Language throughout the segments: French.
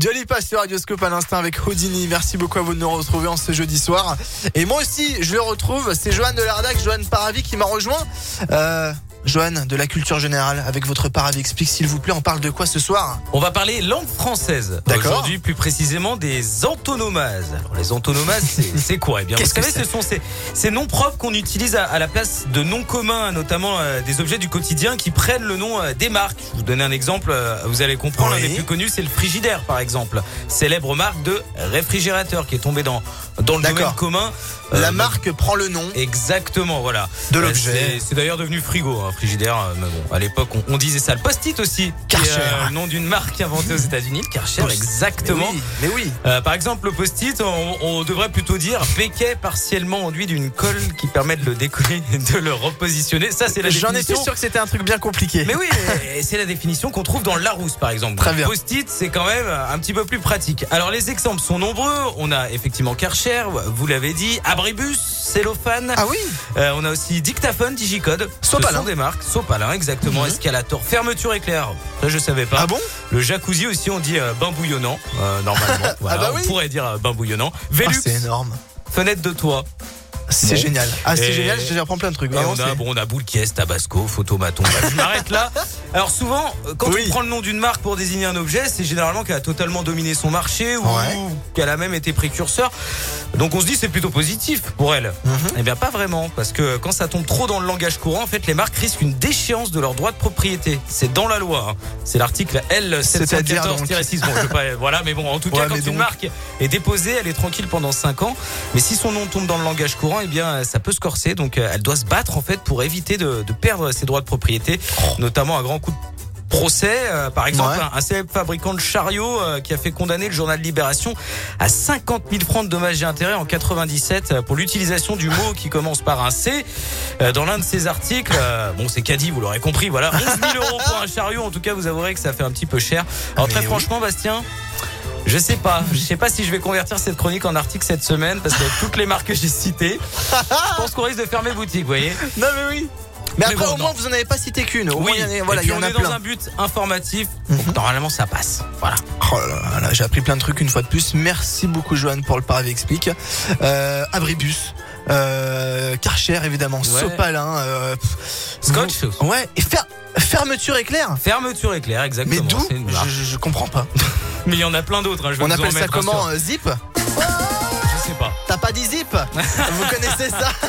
Jolipa sur Radio Scoop à l'instant avec Houdini. Merci beaucoup à vous de nous retrouver en ce jeudi soir. Et moi aussi, je le retrouve. C'est Johan de l'Ardac, Johan Paravi qui m'a rejoint. Euh, Johan de la culture générale avec votre Paravi explique s'il vous plaît. On parle de quoi ce soir On va parler langue française. D'accord. Aujourd'hui, plus précisément, des antonomases. Alors, les antonomases, c'est- c'est quoi Eh bien, vous Qu'est-ce que savez, ce sont ces, ces noms propres qu'on utilise à, à la place de noms communs, notamment euh, des objets du quotidien qui prennent le nom euh, des marques. Je vous donne un exemple, euh, vous allez comprendre. Oui. L'un des plus connus, c'est le frigidaire, par exemple. Célèbre marque de réfrigérateur qui est tombée dans, dans le D'accord. domaine commun. Euh, La marque prend le nom Exactement, voilà. de Euh, l'objet. c'est- C'est d'ailleurs devenu frigo, hein, frigidaire. euh, mais bon, à l'époque, on, on disait ça. Le post-it aussi. qui est, euh, Karcher. le nom d'une marque inventée aux États-Unis, le Karcher. Post- exactement. Mais oui. Euh, par exemple, le post-it, on, on devrait plutôt dire béquet partiellement enduit d'une colle qui permet de le décoller et de le repositionner. Ça, c'est la J'en étais définition. sûr que c'était un truc bien compliqué. Mais oui, et c'est la définition qu'on trouve dans le Larousse, par exemple. Très bien. Post-it, c'est quand même un petit peu plus pratique. Alors, les exemples sont nombreux. On a effectivement Karcher, vous l'avez dit, Abribus, Cellophane. Ah oui Euh, on a aussi dictaphone, digicode. Sopalin. Ce sont des marques. Sopalin, exactement. Mhm. Escalator, fermeture éclair. Ça, je savais pas. Ah bon Le jacuzzi aussi, on dit euh, bain bouillonnant. euh, normalement. Voilà, bah oui. On pourrait dire euh, bain bouillonnant. Ah, Velux, C'est énorme. fenêtre de toit. C'est Bon. génial. Ah, c'est Et- génial, j'apprends plein de trucs. Ah, Et Vraiment, on, a, c'est- bon, on a boule qui est, tabasco, photomaton. Bah, je m'arrête là. Alors souvent, euh, quand Oui. on prend le nom d'une marque pour désigner un objet, c'est généralement qu'elle a totalement dominé son marché ou Ouais. qu'elle a même été précurseur. Donc on se dit c'est plutôt positif pour elle. Mhm. Eh bien pas vraiment, parce que quand ça tombe trop dans le langage courant, en fait les marques risquent une déchéance de leur droit de propriété. C'est dans la loi. hein. C'est l'article C'est-à-dire donc L714-6. Bon, je veux pas- voilà, mais bon, en tout Ouais, cas, quand mais une donc. marque est déposée, elle est tranquille pendant 5 ans. Mais si son nom tombe dans le langage courant, eh bien ça peut se corser. Donc euh, elle doit se battre en fait pour éviter de, de perdre ses droits de propriété, notamment un grand coup de procès. euh, par exemple, Oh. Ouais. un, un célèbre fabricant de chariots euh, qui a fait condamner le journal Libération à 50 000 francs de dommages et intérêts en 97 euh, pour l'utilisation du mot qui commence par un C euh, dans l'un de ses articles. Euh, bon, c'est caddie, vous l'aurez compris. Voilà, 11 000 euros pour un chariot. En tout cas, vous avouerez que ça fait un petit peu cher. Alors Mais très oui. franchement, Bastien. Je sais pas, je sais pas si je vais convertir cette chronique en article cette semaine parce que toutes les marques que j'ai citées, je pense qu'on risque de fermer boutique, vous voyez. Non, mais oui. Mais Mais après, bon, au non. moins, vous en avez pas cité qu'une. Au Oui, moins, il y en a, voilà, et il y puis en on a est plein. Mhm. dans un but informatif, donc normalement ça passe. Voilà. Oh là là là, j'ai appris plein de trucs une fois de plus. Merci beaucoup, Johan, pour le Paravé Explique. Euh, Abribus, euh, Karcher, évidemment, Sopalin, euh, pff, Scotch vous- Ouais, et fer- fermeture éclair. Fermeture éclair, Mais exactement. d'où c'est une marque. je, je- je comprends pas. Mais il y en a plein d'autres. hein, je vais On vous en appelle ça mettre un comment sur- euh, Zip Je sais pas. T'as pas dit zip Vous connaissez ça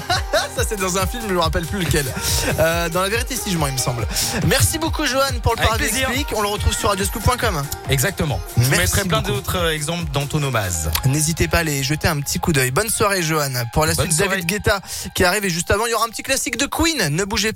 Ça c'est dans un film, je me rappelle plus lequel. Euh, dans la vérité, si je mens, il me semble. Merci beaucoup Johan pour le Avec Paravé plaisir. Explique. On le retrouve sur radioscoop.com. Exactement. Je vous Merci mettrai plein beaucoup. d'autres euh, exemples d'antonomases. N'hésitez pas à aller jeter un petit coup d'œil. Bonne soirée Johan. Pour la Bonne suite, soirée. David Guetta qui arrive et juste avant, il y aura un petit classique de Queen. Ne bougez pas.